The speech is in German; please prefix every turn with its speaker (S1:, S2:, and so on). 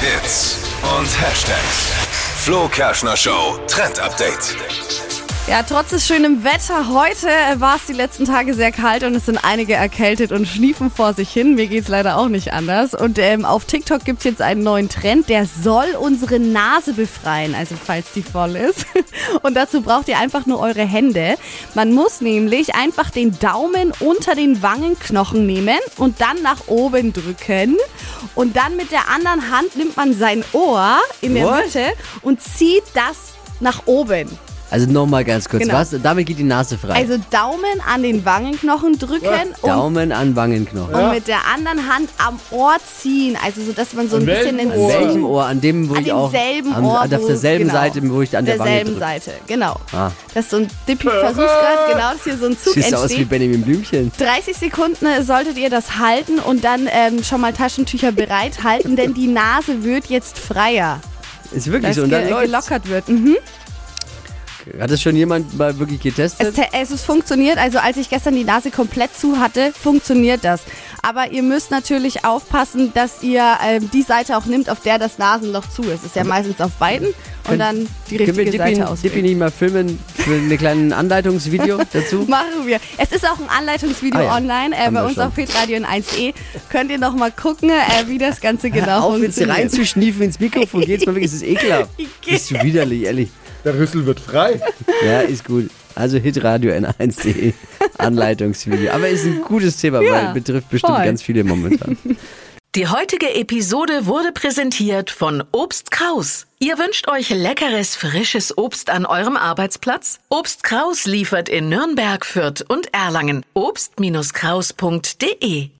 S1: Hits und Hashtags. Flo Kerschner Show Trend Update.
S2: Ja, trotz des schönen Wetter heute äh, war es die letzten Tage sehr kalt und es sind einige erkältet und schniefen vor sich hin. Mir geht's leider auch nicht anders. Und ähm, auf TikTok gibt's jetzt einen neuen Trend, der soll unsere Nase befreien, also falls die voll ist. Und dazu braucht ihr einfach nur eure Hände. Man muss nämlich einfach den Daumen unter den Wangenknochen nehmen und dann nach oben drücken. Und dann mit der anderen Hand nimmt man sein Ohr in der
S3: What?
S2: Mitte und zieht das nach oben.
S3: Also nochmal ganz kurz,
S2: Genau.
S3: was? Damit geht die Nase frei.
S2: Also Daumen an den Wangenknochen drücken und, Oh.
S3: Daumen an Wangenknochen.
S2: und mit der anderen Hand am Ohr ziehen. Also so, dass man so ein
S4: An
S2: bisschen
S4: welchem
S2: ins
S3: An
S4: Ohr?
S3: welchem Ohr? An dem, wo
S2: An
S3: ich auch.
S2: demselben
S3: am-
S2: Ohr.
S3: an- auf
S2: wo-
S3: derselben
S2: genau.
S3: Seite, wo ich an der Wange
S2: derselben
S3: drücke.
S2: Seite, genau.
S3: Ah.
S2: Dass so ein Dippy versucht gerade, genau, dass hier so ein Zug
S3: Siehst du aus wie
S2: entsteht.
S3: Benjamin Blümchen.
S2: 30 Sekunden äh, solltet ihr das halten und dann ähm, schon mal Taschentücher bereithalten, denn die Nase wird jetzt freier,
S3: Ist wirklich
S2: dass
S3: so. Und dann
S2: ge
S3: läuft's.
S2: gelockert wird. Mhm.
S3: Hat das schon jemand mal wirklich getestet?
S2: Es, te- es ist funktioniert, also als ich gestern die Nase komplett zu hatte, funktioniert das. Aber ihr müsst natürlich aufpassen, dass ihr ähm, die Seite auch nimmt, auf der das Nasenloch zu ist. Ist ja meistens auf beiden und
S3: Könnt-
S2: dann die
S3: Also Können
S2: richtige
S3: wir Dippy,
S2: Seite
S3: Dippy
S2: auswählen.
S3: nicht mal filmen für ein kleines Anleitungsvideo dazu?
S2: Machen wir. Es ist auch ein Anleitungsvideo
S3: Ah ja,
S2: online äh,
S3: haben
S2: bei
S3: wir
S2: uns
S3: schon.
S2: auf Petradio in 1e. Könnt ihr noch mal gucken, äh, wie das Ganze genau
S3: Auf jetzt
S2: funktioniert.
S3: reinzuschniefen ins Mikrofon geht's mal wirklich, es ist ekelhaft. Bist du widerlich, ehrlich.
S4: Der Rüssel wird frei.
S3: Ja, ist gut. Also hitradio n1.de Anleitungsvideo. Aber ist ein gutes Thema,
S2: Ja,
S3: weil betrifft bestimmt
S2: voll.
S3: ganz viele momentan.
S5: Die heutige Episode wurde präsentiert von Obst Kraus. Ihr wünscht euch leckeres, frisches Obst an eurem Arbeitsplatz? Obst Kraus liefert in Nürnberg, Fürth und Erlangen. Obst-Kraus.de